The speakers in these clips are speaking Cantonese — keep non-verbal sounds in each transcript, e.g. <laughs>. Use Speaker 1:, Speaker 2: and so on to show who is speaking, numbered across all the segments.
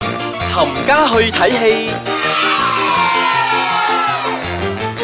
Speaker 1: 冚家去睇戲。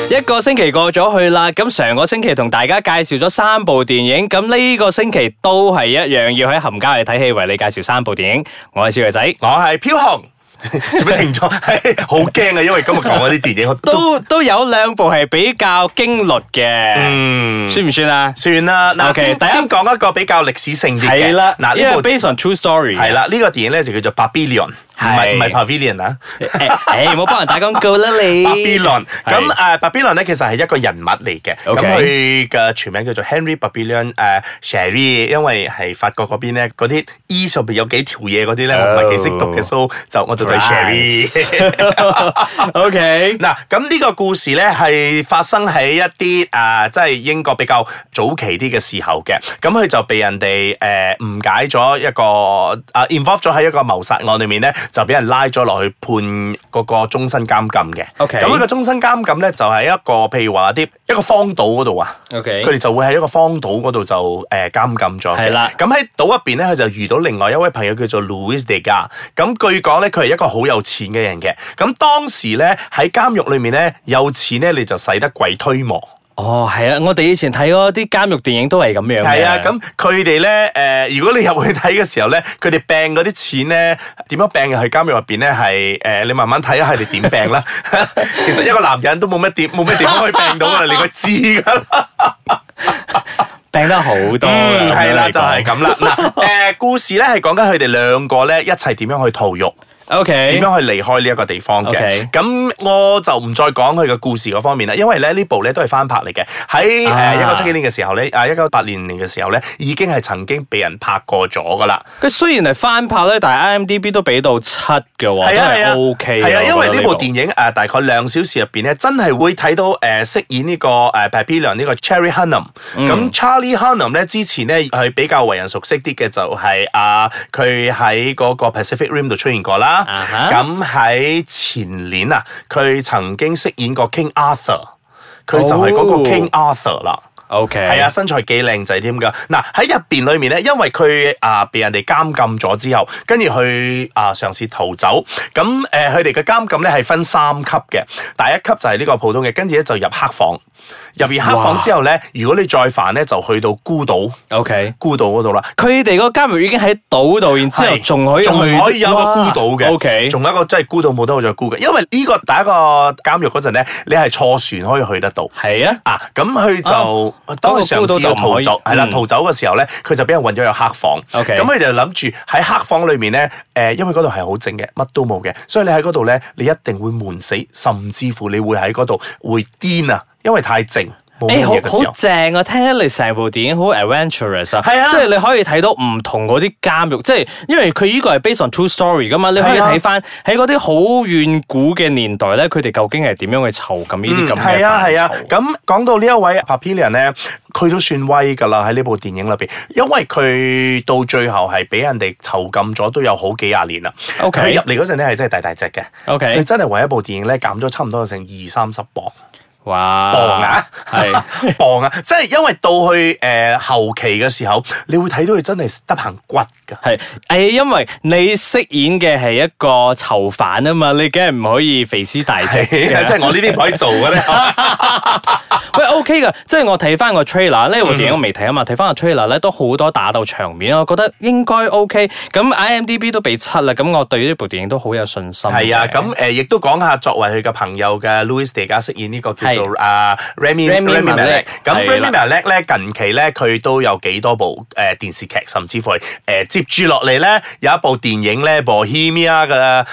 Speaker 2: 一個星期過咗去啦，咁上個星期同大家介紹咗三部電影，咁呢個星期都係一樣，要喺冚家去睇戲，為你介紹三部電影。我係小肥仔，
Speaker 3: 我係飄紅。 <laughs> 做咩停咗？係好驚啊！因為今日講嗰啲電影我都
Speaker 2: 都都有兩部係比較驚慄嘅，
Speaker 3: 嗯
Speaker 2: 算唔算啊？
Speaker 3: 算啦。嗱，
Speaker 2: OK，
Speaker 3: 先
Speaker 2: 第一
Speaker 3: 先講一個比較歷史性啲嘅。
Speaker 2: 係啦，
Speaker 3: 嗱
Speaker 2: 因為
Speaker 3: 呢部
Speaker 2: based on true story
Speaker 3: 係。啦，呢個電影咧就叫做 Babylon，唔
Speaker 2: 係
Speaker 3: 係唔係 Pavilion 啊。
Speaker 2: 誒，唔好幫人打廣告啦
Speaker 3: <laughs>
Speaker 2: 你。
Speaker 3: 巴比倫
Speaker 2: 係
Speaker 3: 咁誒，巴比倫咧其實係一個人物嚟嘅，咁
Speaker 2: OK
Speaker 3: 佢嘅全名叫做 Henry Babylon 誒 Sherry，因為係法國嗰邊咧嗰啲 E 上邊有幾條嘢嗰啲咧，我唔係幾識讀
Speaker 2: Oh。
Speaker 3: 嘅，so 就我就對 Sherry。
Speaker 2: O K，
Speaker 3: 嗱，咁呢個故事咧係發生喺一啲啊，即係英國比較早期啲嘅時候嘅，咁佢就被人哋誒誤解咗一個啊 involve 咗喺一個謀殺案裏面咧，就俾人拉咗落去判嗰個終身監禁嘅。
Speaker 2: OK
Speaker 3: 咁呢個終身監禁咧就係一個譬如話啲一個荒島嗰度啊。
Speaker 2: OK
Speaker 3: 佢哋就會喺一個荒島嗰度就誒監禁咗嘅。
Speaker 2: 係啦
Speaker 3: 咁喺島入邊咧，佢就遇到另外一位朋友叫做 Louis De Ga。咁據講咧，佢係一個好有錢嘅人嘅。咁當時咧喺監獄裏面咧，有錢咧你就使得鬼推磨。
Speaker 2: 哦，係啊，我哋以前睇嗰啲監獄電影都係咁樣嘅。
Speaker 3: 係啊，咁佢哋咧誒，如果你入去睇嘅時候咧，佢哋病嗰啲錢咧點樣病嘅？去監獄入邊咧係誒，你慢慢睇下佢哋點病啦。 <laughs> 其實一個男人都冇乜點冇乜點可以病到㗎啦，你個知㗎啦。
Speaker 2: 病得好多㗎。
Speaker 3: 嗯，係啦，
Speaker 2: 咁樣嚟講
Speaker 3: 就係
Speaker 2: <laughs>
Speaker 3: 咁啦。嗱，誒，故事咧係講緊佢哋兩個咧一齊點樣去逃獄，
Speaker 2: O K，
Speaker 3: 點樣去離開呢一個地方嘅
Speaker 2: OK。
Speaker 3: 咁我就唔再講佢嘅故事嗰方面啦，因為咧呢部咧都係翻拍嚟嘅。喺
Speaker 2: 啊
Speaker 3: 誒一九七幾年嘅時候咧，啊一九八零年嘅時候咧，已經係曾經被人拍過咗噶啦。
Speaker 2: 佢雖然係翻拍咧，但係 IMDB 都俾到七嘅喎，
Speaker 3: 係
Speaker 2: 都
Speaker 3: 啊係啊
Speaker 2: 係 O K
Speaker 3: 係啊，因為呢部電影誒大概兩小時入邊咧，真係會睇到呃誒飾演呢個誒 Papillon 呢個 Cherry Hunnam。咁 Charlie Hunnam 咧之前咧佢比較為人熟悉啲嘅就係啊佢喺嗰個 Pacific Rim 度出現過啦
Speaker 2: 啊哈。
Speaker 3: 咁喺前年啊，佢曾經飾演過 King Arthur，佢就係嗰個
Speaker 2: 哦
Speaker 3: King Arthur 啦。
Speaker 2: O K
Speaker 3: 係啊，，身材幾靚仔添㗎。嗱喺入邊裏面咧，因為佢啊被人哋監禁咗之後，跟住去啊嘗試逃走。咁誒，呃佢哋嘅監禁咧係分三級嘅，第一級就係呢個普通嘅，跟住咧就入黑房。入完黑
Speaker 2: 哇
Speaker 3: 房之後咧，如果你再犯咧，就去到孤島，
Speaker 2: O K。
Speaker 3: 孤島嗰度啦。
Speaker 2: 佢哋嗰個監獄已經喺島度，然之後
Speaker 3: 係
Speaker 2: 仲可以
Speaker 3: 仲
Speaker 2: 去
Speaker 3: 可以有一個孤島嘅
Speaker 2: O K，
Speaker 3: 仲有一個真係孤島冇得我再孤嘅，因為呢個第一個監獄嗰陣咧，你係坐船可以去得到。
Speaker 2: 係啊，
Speaker 3: 啊，咁佢就、當佢
Speaker 2: 哦嗰
Speaker 3: 嘗
Speaker 2: 個高
Speaker 3: 試
Speaker 2: 度就
Speaker 3: 要
Speaker 2: 唔可
Speaker 3: 逃
Speaker 2: 以
Speaker 3: 走，係啦、
Speaker 2: 嗯
Speaker 3: 逃走嘅時候咧，佢就俾人運咗入黑房。
Speaker 2: OK
Speaker 3: 咁佢就諗住喺黑房裏面咧，誒、因為嗰度係好靜嘅，乜都冇嘅，所以你喺嗰度咧，你一定會悶死，甚至乎你會喺嗰度會癲啊，因為太靜，冇
Speaker 2: 誒
Speaker 3: 乜
Speaker 2: 好
Speaker 3: 嘢嘅時
Speaker 2: 好
Speaker 3: 候。
Speaker 2: 正啊！聽起嚟成部電影好 adventurous 啊，
Speaker 3: 係啊
Speaker 2: 即係你可以睇到唔同嗰啲監獄，即係因為佢呢個係 based on true story 噶嘛，你可以
Speaker 3: 係啊
Speaker 2: 睇翻喺嗰啲好遠古嘅年代咧，佢哋究竟係點樣去囚禁呢啲咁嘅
Speaker 3: 係啊
Speaker 2: 犯
Speaker 3: 係啊
Speaker 2: 囚，
Speaker 3: 咁講到呢一位 Papillon 咧，佢都算威㗎啦喺呢部電影裏邊，因為佢到最後係俾人哋囚禁咗都有好幾廿年啦。
Speaker 2: OK
Speaker 3: 佢入嚟嗰陣咧係真係大大隻嘅。
Speaker 2: OK
Speaker 3: 佢真係為一部電影咧減咗差唔多有成二三十磅
Speaker 2: 哇，
Speaker 3: 磅啊，
Speaker 2: 係。
Speaker 3: <laughs> 磅啊！即係因為到去誒、呃、後期嘅時候，你會睇到佢真係得行骨㗎。
Speaker 2: 系，诶，因為你飾演嘅係一個囚犯啊嘛，你梗係唔可以肥屍大隻
Speaker 3: <laughs> 即
Speaker 2: 嘅。
Speaker 3: 係我呢啲唔可以做嘅 <laughs> 咧，
Speaker 2: 喂，OK 噶，即係我睇翻個 trailer 呢部
Speaker 3: 嗯
Speaker 2: 電影我未睇啊嘛，睇翻個 trailer 咧都好多打鬥場面啊，我覺得應該 OK。咁 IMDB 都俾七啦，咁我對呢部電影都好有信心嘅。
Speaker 3: 係啊，咁誒亦都講下作為佢嘅朋友嘅 Louis De Ga 飾演呢個叫做啊 à, Remy
Speaker 2: Rami
Speaker 3: Rami
Speaker 2: Malek，
Speaker 3: Malek。咁
Speaker 2: 係
Speaker 3: Rami
Speaker 2: 啦
Speaker 3: Malek 咧近期咧佢都有幾多部誒電視劇，甚至乎係誒接住落嚟咧有一部電影咧《Bohemia》嘅誒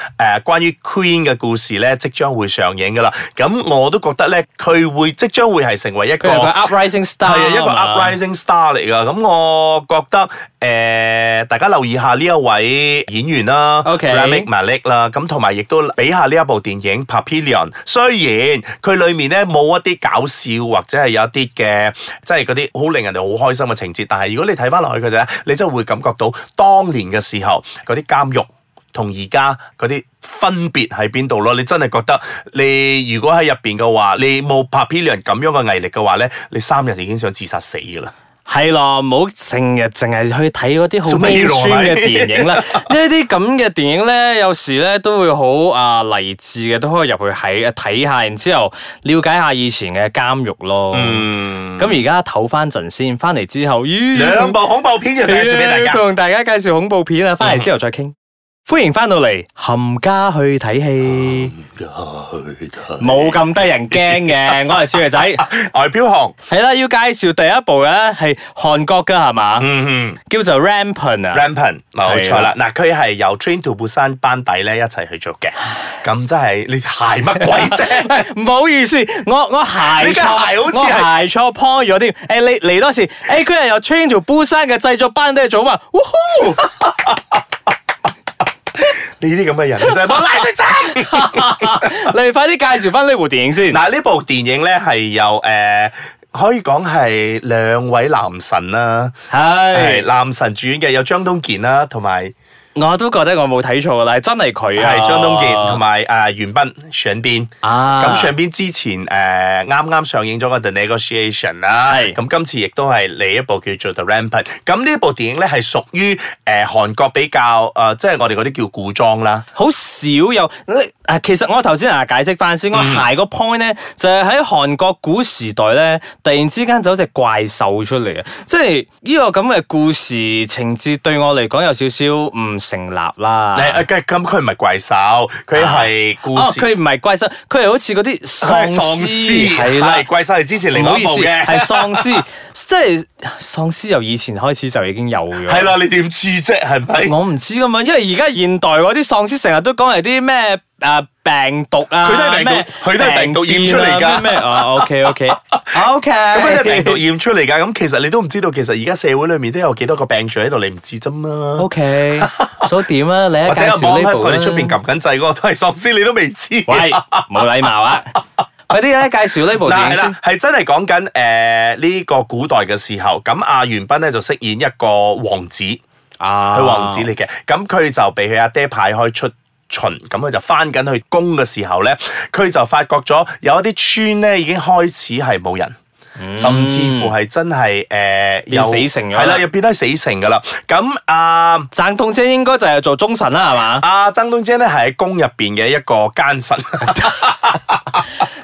Speaker 3: 關於 Queen 嘅故事咧，即將會上映噶啦。咁我都覺得咧佢會即將會係成為一個
Speaker 2: 佢係個 uprising star，
Speaker 3: 係啊，一個
Speaker 2: 嘛
Speaker 3: uprising star 嚟噶。咁我覺得誒、呃大家留意下呢一位演員啦
Speaker 2: OK
Speaker 3: Rami Malek 啦，咁同埋亦都俾下呢一部電影《Papillon》。雖然佢裡面咧冇一啲搞笑或者係有一啲嘅，即係嗰啲好令人哋好開心嘅情節，但係如果你睇翻落去佢哋咧，你真係會感覺到當年嘅時候嗰啲監獄。同而家嗰啲分別喺邊度咯？你真係覺得你如果喺入邊嘅話，你冇 Papillon 咁樣嘅毅力嘅話咧，你三日已經想自殺死㗎啦。
Speaker 2: 係咯，唔好成日淨係去睇嗰啲好
Speaker 3: Superhero
Speaker 2: 悲酸嘅
Speaker 3: 係咪
Speaker 2: 電影啦。 <laughs> 呢啲咁嘅電影咧，有時咧都會好啊勵志嘅，都可以入去睇睇下，然之後了解下以前嘅監獄咯。
Speaker 3: 嗯，
Speaker 2: 咁而家唞翻陣先，翻嚟之後，咦，
Speaker 3: 兩部恐怖片就介紹俾大家。
Speaker 2: 同大家介紹恐怖片啊，翻嚟之後再傾。 <laughs> 歡迎翻到嚟，冚家去睇戲，冇咁得人驚嘅，我係小爺
Speaker 3: <laughs>
Speaker 2: 仔。
Speaker 3: 外飄紅，
Speaker 2: 係啦，要介紹第一部咧係韓國嘅係嘛，
Speaker 3: 嗯
Speaker 2: 叫做 Rampant
Speaker 3: 嗯
Speaker 2: 啊。
Speaker 3: ，Rampant 冇錯啦。嗱，佢係由 Train to Busan 班底咧一齊去做嘅，咁真係你鞋乜鬼
Speaker 2: <laughs>
Speaker 3: 啫？
Speaker 2: 喂唔好意思，我我鞋
Speaker 3: 你嘅
Speaker 2: 錯，
Speaker 3: 鞋好似係
Speaker 2: 我鞋錯 point 咗添。誒，你嚟多次，誒，佢係由 Train to Busan 嘅製作班底做嘛？哇
Speaker 3: <laughs>
Speaker 2: 呼！
Speaker 3: 你呢啲咁嘅人真係冇賴佢真。
Speaker 2: <laughs> 你快啲介紹翻呢部電影先。
Speaker 3: 嗱，呢部電影咧係由誒、呃可以講係兩位男神啦，係
Speaker 2: 係，
Speaker 3: 男神主演嘅有張東健啦，同埋
Speaker 2: 我都覺得我冇睇錯㗎啦，係真係佢啊。
Speaker 3: 係張東健同埋呃誒袁彬上邊。
Speaker 2: 啊，
Speaker 3: 咁上邊之前誒啱啱上映咗個 The Negotiation 啦，
Speaker 2: 係
Speaker 3: 咁今次亦都係另一部叫做 The Rampant。咁呢部電影咧係屬於誒韓國比較誒、呃即係我哋嗰啲叫古裝啦。
Speaker 2: 好少有啊！其實我頭先啊解釋翻先，我
Speaker 3: 嗯
Speaker 2: 鞋個 point 咧就係喺韓國古時代咧，突然之間就有隻怪獸出嚟啊！即係呢個咁嘅故事情節對我嚟講有少少唔成立啦。
Speaker 3: 誒、呃咁佢唔係怪獸，佢係故
Speaker 2: 哦，
Speaker 3: 事。
Speaker 2: 佢唔係怪獸，佢係好似嗰啲喪屍
Speaker 3: 係
Speaker 2: 係
Speaker 3: 啦，
Speaker 2: 啦
Speaker 3: 係。怪獸係之前另
Speaker 2: 唔
Speaker 3: 外
Speaker 2: 好
Speaker 3: 一
Speaker 2: 意
Speaker 3: 部
Speaker 2: 思，
Speaker 3: <laughs> 嘅，
Speaker 2: 係喪屍，即係喪屍由以前開始就已經有咗。
Speaker 3: 係啦，你點知啫？係咪？
Speaker 2: <laughs> 我唔知噶嘛，因為而家現代嗰啲喪屍成日都講係啲咩誒病毒啊，
Speaker 3: 佢都係病毒
Speaker 2: 咩
Speaker 3: 佢都係病毒染出
Speaker 2: 病
Speaker 3: 嚟㗎
Speaker 2: 變啊咩咩哦，OK
Speaker 3: <laughs>
Speaker 2: OK OK，
Speaker 3: 咁佢係病毒
Speaker 2: 咁
Speaker 3: 驗出嚟㗎，咁其實你都唔知道，其實而家社會裏面都有幾多個病菌喺度，你唔知啫嘛。
Speaker 2: OK，所以點啊？你
Speaker 3: 或
Speaker 2: 一
Speaker 3: 者
Speaker 2: 介
Speaker 3: 阿 b o
Speaker 2: 紹
Speaker 3: n
Speaker 2: 呢部
Speaker 3: 我
Speaker 2: 啦
Speaker 3: 哋出邊撳緊掣嗰個都係喪屍，你都未知。
Speaker 2: 喂，冇禮貌啊！快啲咧介紹呢部電
Speaker 3: 嗱
Speaker 2: 哦影
Speaker 3: <laughs> 係
Speaker 2: 先
Speaker 3: 啦，。係真係講緊誒呢個古代嘅時候，咁阿元斌咧就飾演一個王子，佢
Speaker 2: 啊
Speaker 3: 王子嚟嘅，咁佢就被佢阿爹派開出。巡咁佢就翻緊去工嘅時候咧，佢就發覺咗有一啲村咧已經開始係冇人，甚至乎係真係誒、呃、
Speaker 2: 嗯變
Speaker 3: 又
Speaker 2: 死城咗啦
Speaker 3: 係啦，又變得死城噶啦。咁啊
Speaker 2: 鄭痛姐應該就係做忠臣啦，係嘛？
Speaker 3: 阿曾東姐咧係喺宮入邊嘅一個
Speaker 2: <laughs>
Speaker 3: 奸臣。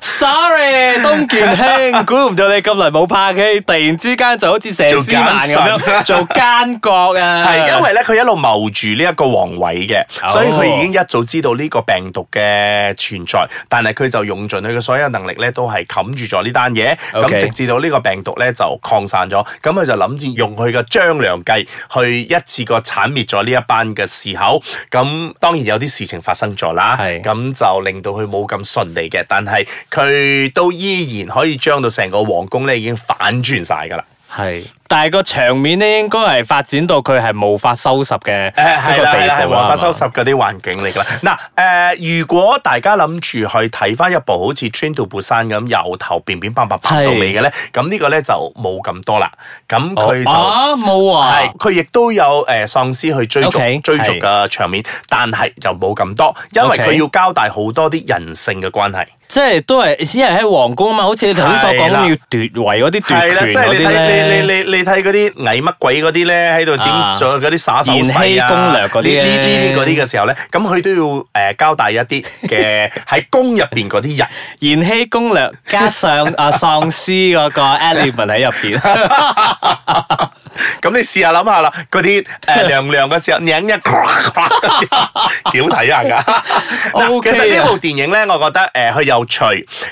Speaker 2: Sorry，東健
Speaker 3: <laughs>
Speaker 2: 兄，估唔到你咁耐冇拍戲，突然之間就好似佘詩曼咁樣做奸角啊！
Speaker 3: 係因為咧，佢一路謀住呢一個皇位嘅，
Speaker 2: 哦
Speaker 3: 所以佢已經一早知道呢個病毒嘅存在，但係佢就用盡佢嘅所有能力咧，都係冚住咗呢單嘢。咁
Speaker 2: OK
Speaker 3: 直至到呢個病毒咧就擴散咗，咁佢就諗住用佢嘅張良計去一次過剷滅咗呢一班嘅士口。咁當然有啲事情發生咗啦，
Speaker 2: 係
Speaker 3: 咁就令到佢冇咁順利嘅，但係佢都依然可以將到成個皇宮咧已經反轉晒㗎啦。
Speaker 2: 係，但係個場面咧，應該係發展到佢係無法收拾嘅
Speaker 3: 誒係
Speaker 2: 一個
Speaker 3: 啦係啦，
Speaker 2: 地啊
Speaker 3: 係
Speaker 2: 步
Speaker 3: 黃
Speaker 2: 啦。
Speaker 3: 花收拾嗰啲環境嚟㗎啦。嗱誒、如果大家諗住去睇翻一部好似《Train to Busan》咁由頭變變白白白到尾嘅咧，咁呢個咧就冇咁多啦。咁
Speaker 2: 係
Speaker 3: 佢
Speaker 2: 嘛
Speaker 3: 就
Speaker 2: 啊冇啊
Speaker 3: 係，佢亦都有誒、喪屍去追逐
Speaker 2: OK，
Speaker 3: 追逐嘅場面，但係就冇咁多，因為
Speaker 2: OK
Speaker 3: 佢要交代好多啲人性嘅關係。
Speaker 2: 即係都係，因為喺皇宮啊嘛，好似你頭先所講
Speaker 3: 係啦
Speaker 2: 要奪位嗰啲
Speaker 3: 係啦，
Speaker 2: 奪
Speaker 3: 即
Speaker 2: 權
Speaker 3: 係
Speaker 2: 嗰
Speaker 3: 你
Speaker 2: 啲
Speaker 3: 睇
Speaker 2: 咧。
Speaker 3: 你你你你睇嗰啲偽乜鬼嗰啲咧，喺度點
Speaker 2: 啊
Speaker 3: 做嗰啲耍手勢啊，
Speaker 2: 延禧攻略嗰啲
Speaker 3: 呢
Speaker 2: 咧
Speaker 3: 呢呢啲嗰啲嘅時候咧，咁佢都要誒交代一啲嘅喺宮入邊嗰啲人，
Speaker 2: 延禧攻略加上
Speaker 3: <laughs>
Speaker 2: 啊喪屍嗰個 element 喺入邊，
Speaker 3: 咁你試下諗下啦，嗰啲誒涼涼嘅時候，擰一嗰啲 <laughs> 幾好睇
Speaker 2: <laughs>
Speaker 3: 啊下㗎。嗱
Speaker 2: OK
Speaker 3: 其
Speaker 2: 啊
Speaker 3: 實呢部電影咧，我覺得誒佢有趣。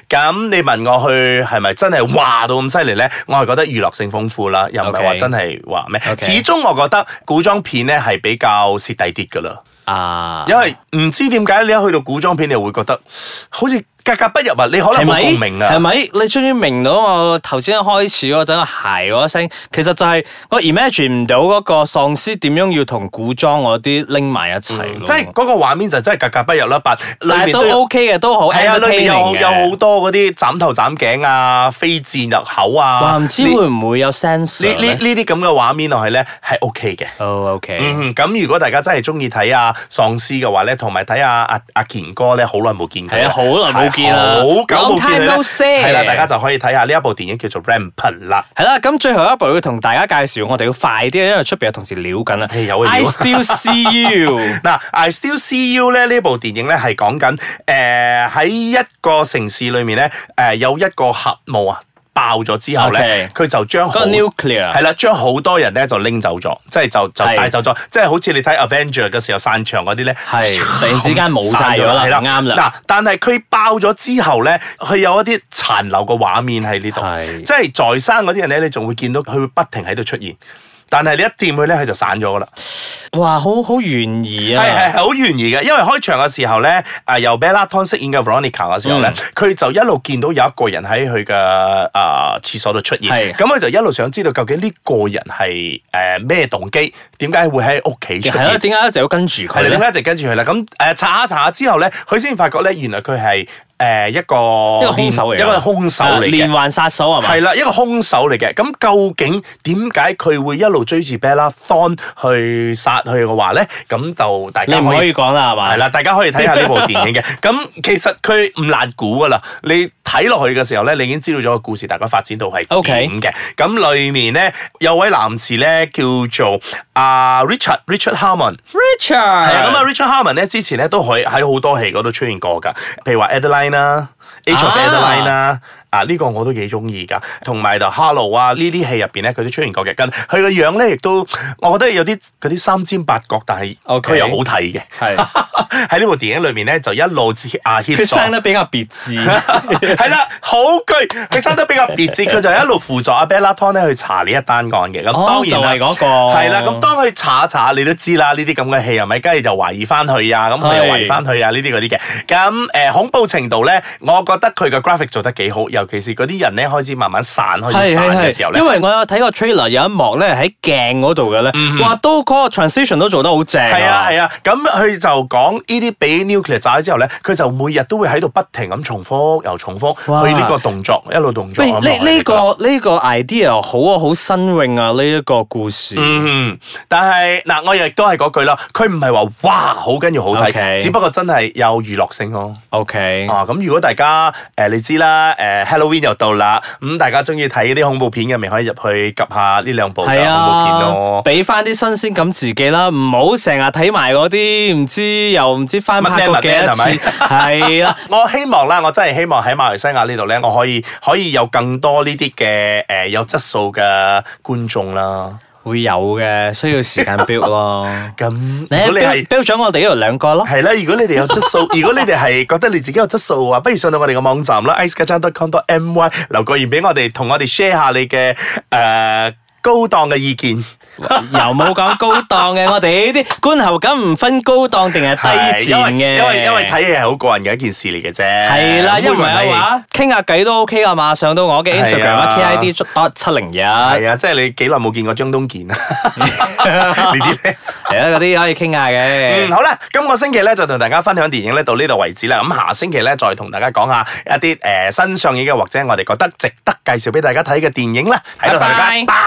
Speaker 3: 咁你問我去係咪真係話到咁犀利咧？我係覺得娛樂性豐富啦，又唔係話
Speaker 2: OK
Speaker 3: 真係話咩。
Speaker 2: OK
Speaker 3: 始終我覺得古裝片咧係比較蝕底啲㗎啦。
Speaker 2: 啊，
Speaker 3: 因為唔知點解你一去到古裝片，你會覺得好似格格不入啊！你可能
Speaker 2: 係
Speaker 3: 冇
Speaker 2: 咪？
Speaker 3: 共鳴
Speaker 2: 係
Speaker 3: 啊。
Speaker 2: 咪？你終於明到我頭先一開始嗰陣個鞋嗰聲，其實就係我 imagine 唔到嗰個喪屍點樣要同古裝嗰啲拎埋一齊咯。
Speaker 3: 嗯即係嗰個畫面就真係格格不入啦，但裏
Speaker 2: 但
Speaker 3: 面
Speaker 2: 係
Speaker 3: 都
Speaker 2: 都
Speaker 3: 有
Speaker 2: OK 嘅，都好
Speaker 3: 係啊，裏面有
Speaker 2: entertaining
Speaker 3: 有好
Speaker 2: 嘅。
Speaker 3: 多嗰啲斬頭斬頸啊、飛箭入口
Speaker 2: 哇，
Speaker 3: 啊，
Speaker 2: 唔知
Speaker 3: 呢
Speaker 2: 會唔會有 sense
Speaker 3: 呢呢
Speaker 2: 咧？
Speaker 3: 呢啲咁嘅畫面落去咧係 OK 嘅。
Speaker 2: 哦，OK，
Speaker 3: 嗯，咁如果大家啊真係中意睇啊喪屍嘅話咧，同埋睇下阿阿健哥咧，好耐冇見佢
Speaker 2: 係
Speaker 3: 啦，
Speaker 2: 啊，好耐冇見啦，
Speaker 3: 好久
Speaker 2: Long
Speaker 3: 冇見
Speaker 2: time
Speaker 3: 你咧，
Speaker 2: no see
Speaker 3: 係啦，大家就可以睇下呢一部電影叫做《Rampant》啦。
Speaker 2: 系啦，咁最後一步要同大家介紹，我哋要快啲，因為出边有同事撩緊
Speaker 3: <laughs>
Speaker 2: 啦。
Speaker 3: 唉有啊
Speaker 2: I
Speaker 3: 撩
Speaker 2: still see
Speaker 3: <laughs>
Speaker 2: you，
Speaker 3: 嗱，《I Still See You》咧呢部電影咧係講緊誒喺一個城市裏面咧誒、呃有一個核武啊爆咗之後咧，佢就將
Speaker 2: 嗰
Speaker 3: 好
Speaker 2: 個 nuclear
Speaker 3: 係啦，將好多人咧就拎走咗，即係就就
Speaker 2: 啊係
Speaker 3: 帶走咗，即係好似你睇 Avenger 嘅時候散場嗰啲咧， <laughs>
Speaker 2: 係突然之間冇晒咗啦
Speaker 3: 係
Speaker 2: 啱啦
Speaker 3: 嗱，但係佢爆咗之後咧，佢有一啲殘留嘅畫面喺呢度，
Speaker 2: 係
Speaker 3: 即係在生嗰啲人咧，你仲會見到佢會不停喺度出現，但係你一掂佢咧，佢就散咗噶啦。
Speaker 2: 哇，好好懸疑
Speaker 3: 係係係
Speaker 2: 啊！
Speaker 3: 好懸疑嘅，因為開場嘅時候咧，啊由 Bella Thorne 飾演嘅 Veronica 嘅時候咧
Speaker 2: 嗯，
Speaker 3: 佢、就一路見到有一個人喺佢嘅啊廁所度出現，
Speaker 2: 係
Speaker 3: 咁佢就一路想知道究竟呢個人係誒咩動機，點解會喺屋企出
Speaker 2: 係咯，
Speaker 3: 現？
Speaker 2: 點解一直要跟住佢
Speaker 3: 係啦，
Speaker 2: 咧？
Speaker 3: 點解一直跟住佢啦？咁誒查下查下之後咧，佢先發覺咧，原來佢係誒一個
Speaker 2: 一個兇手嚟㗎
Speaker 3: 一個兇手
Speaker 2: 啊
Speaker 3: 嚟嘅
Speaker 2: 連。環殺手係嘛？
Speaker 3: 係啦，一個兇手嚟嘅。咁究竟點解佢會一路追住 Bella Thorne 去殺佢嘅話咧？咁就大
Speaker 2: 你
Speaker 3: 家
Speaker 2: 唔
Speaker 3: 可
Speaker 2: 可
Speaker 3: 以
Speaker 2: 以講啦，係嘛？
Speaker 3: 係啦，大家可以睇下呢部電
Speaker 2: <laughs>
Speaker 3: 影嘅。咁其實佢唔難估噶啦，你睇落去嘅時候咧，你已經知道咗個故事大概發展到係
Speaker 2: OK
Speaker 3: 點嘅。咁裏面咧有位男士咧叫做阿、Richard Richard Harmon。
Speaker 2: ，Richard
Speaker 3: 係啊，咁啊 Richard Harmon 咧之前咧都可以喺好多戲嗰度出現過㗎，譬如話 Adeline 啦。Age of
Speaker 2: 啊
Speaker 3: Adeline 啦，啊呢、個我都幾中意㗎，同埋就 Hello 啊呢啲戲入邊咧，佢都出現過嘅。咁佢個樣咧，亦都我覺得有啲嗰啲三尖八角，但係
Speaker 2: OK
Speaker 3: 佢又好睇嘅。
Speaker 2: 係
Speaker 3: <laughs> 喺呢部電影裏面咧，就一路啊協
Speaker 2: 佢
Speaker 3: 助，
Speaker 2: 生得比較別致。
Speaker 3: <laughs> 係啦，好句，佢生得比較別致，佢就一路輔助阿 Bella t o n 咧去查呢一單案嘅。咁當
Speaker 2: 哦，就
Speaker 3: 然
Speaker 2: 係
Speaker 3: 啦。
Speaker 2: 嗰個。
Speaker 3: 係啦，咁當佢查一查，你都知啦，呢啲咁嘅戲係咪？跟住就懷疑翻佢啊，咁佢又
Speaker 2: 係
Speaker 3: 懷疑翻佢啊，呢啲嗰啲嘅。咁誒、呃恐怖程度咧，我覺得佢嘅 graphic 做得幾好，尤其是嗰啲人咧開始慢慢散，開始散嘅時候咧
Speaker 2: 因。為我有睇過 trailer 有一幕咧喺鏡嗰度嘅咧，哇，都嗰個 transition 都做得好正。
Speaker 3: 嗯係啊係啊，咁佢就講呢啲俾 nuclear 炸咗之後咧，佢就每日都會喺度不停咁重複又重複
Speaker 2: 哇
Speaker 3: 去呢個動作，一路動作
Speaker 2: 喂，
Speaker 3: 咁落去
Speaker 2: 呢呢
Speaker 3: 㗎
Speaker 2: 個呢個 idea 好啊，好新穎啊！呢一個故事，
Speaker 3: 嗯，但係嗱，我亦都係嗰句啦，佢唔係話哇好跟住好睇
Speaker 2: OK
Speaker 3: 只不過真係有娛樂性咯。
Speaker 2: OK，
Speaker 3: 啊，咁如果大家誒、呃你知啦，誒、Halloween 又到啦，咁、大家中意睇啲恐怖片嘅，咪可以入去及下呢兩部嘅
Speaker 2: 係
Speaker 3: 恐怖片
Speaker 2: 啊，
Speaker 3: 咯。
Speaker 2: 俾翻啲新鮮感自己啦，唔好成日睇埋嗰啲唔知又唔知翻拍過幾多
Speaker 3: 乜咩乜咩
Speaker 2: 次， <laughs> 係啦。
Speaker 3: 我希望啦，我真係希望喺馬來西亞呢度咧，我可以可以有更多呢啲嘅誒有質素嘅觀眾啦。
Speaker 2: 會有嘅，需要時間 build
Speaker 3: <laughs>
Speaker 2: 咯。
Speaker 3: 咁
Speaker 2: 你
Speaker 3: 如果你係
Speaker 2: build build 咗我哋呢度兩個咯，
Speaker 3: 係啦，如果你哋有質
Speaker 2: <laughs>
Speaker 3: 素，如果你哋係覺得你自己有質素嘅啊話，不如上到我哋嘅網站啦 i c e k a j a n c o m m y 留個言俾我哋，同我哋 share 下你嘅誒、呃高檔嘅意見。 <laughs>
Speaker 2: 又冇講高檔嘅，我哋呢啲官喉感唔分高檔定係低
Speaker 3: 因
Speaker 2: 賤
Speaker 3: 為
Speaker 2: 嘅，
Speaker 3: 因為因為睇嘢係好個人嘅一件事嚟嘅啫。
Speaker 2: 係啦，
Speaker 3: 咁
Speaker 2: 因為啊嘅話傾下偈都 OK 噶嘛，上到我嘅
Speaker 3: 係啊
Speaker 2: Instagram 啦，KID 多七零一，係啊
Speaker 3: 係啊，即係你幾耐冇見過張
Speaker 2: <laughs>
Speaker 3: 東健啊？呢啲咧，
Speaker 2: 啊嗰啲可以傾下
Speaker 3: 嗯，
Speaker 2: 嘅。
Speaker 3: 好啦，今個星期咧就同大家分享電影咧到呢度為止啦。咁下星期咧再同大家講下一啲誒、呃新上映嘅或者我哋覺得值得介紹俾大家睇嘅電影啦。喺度同大家
Speaker 2: 拜拜
Speaker 3: 拜。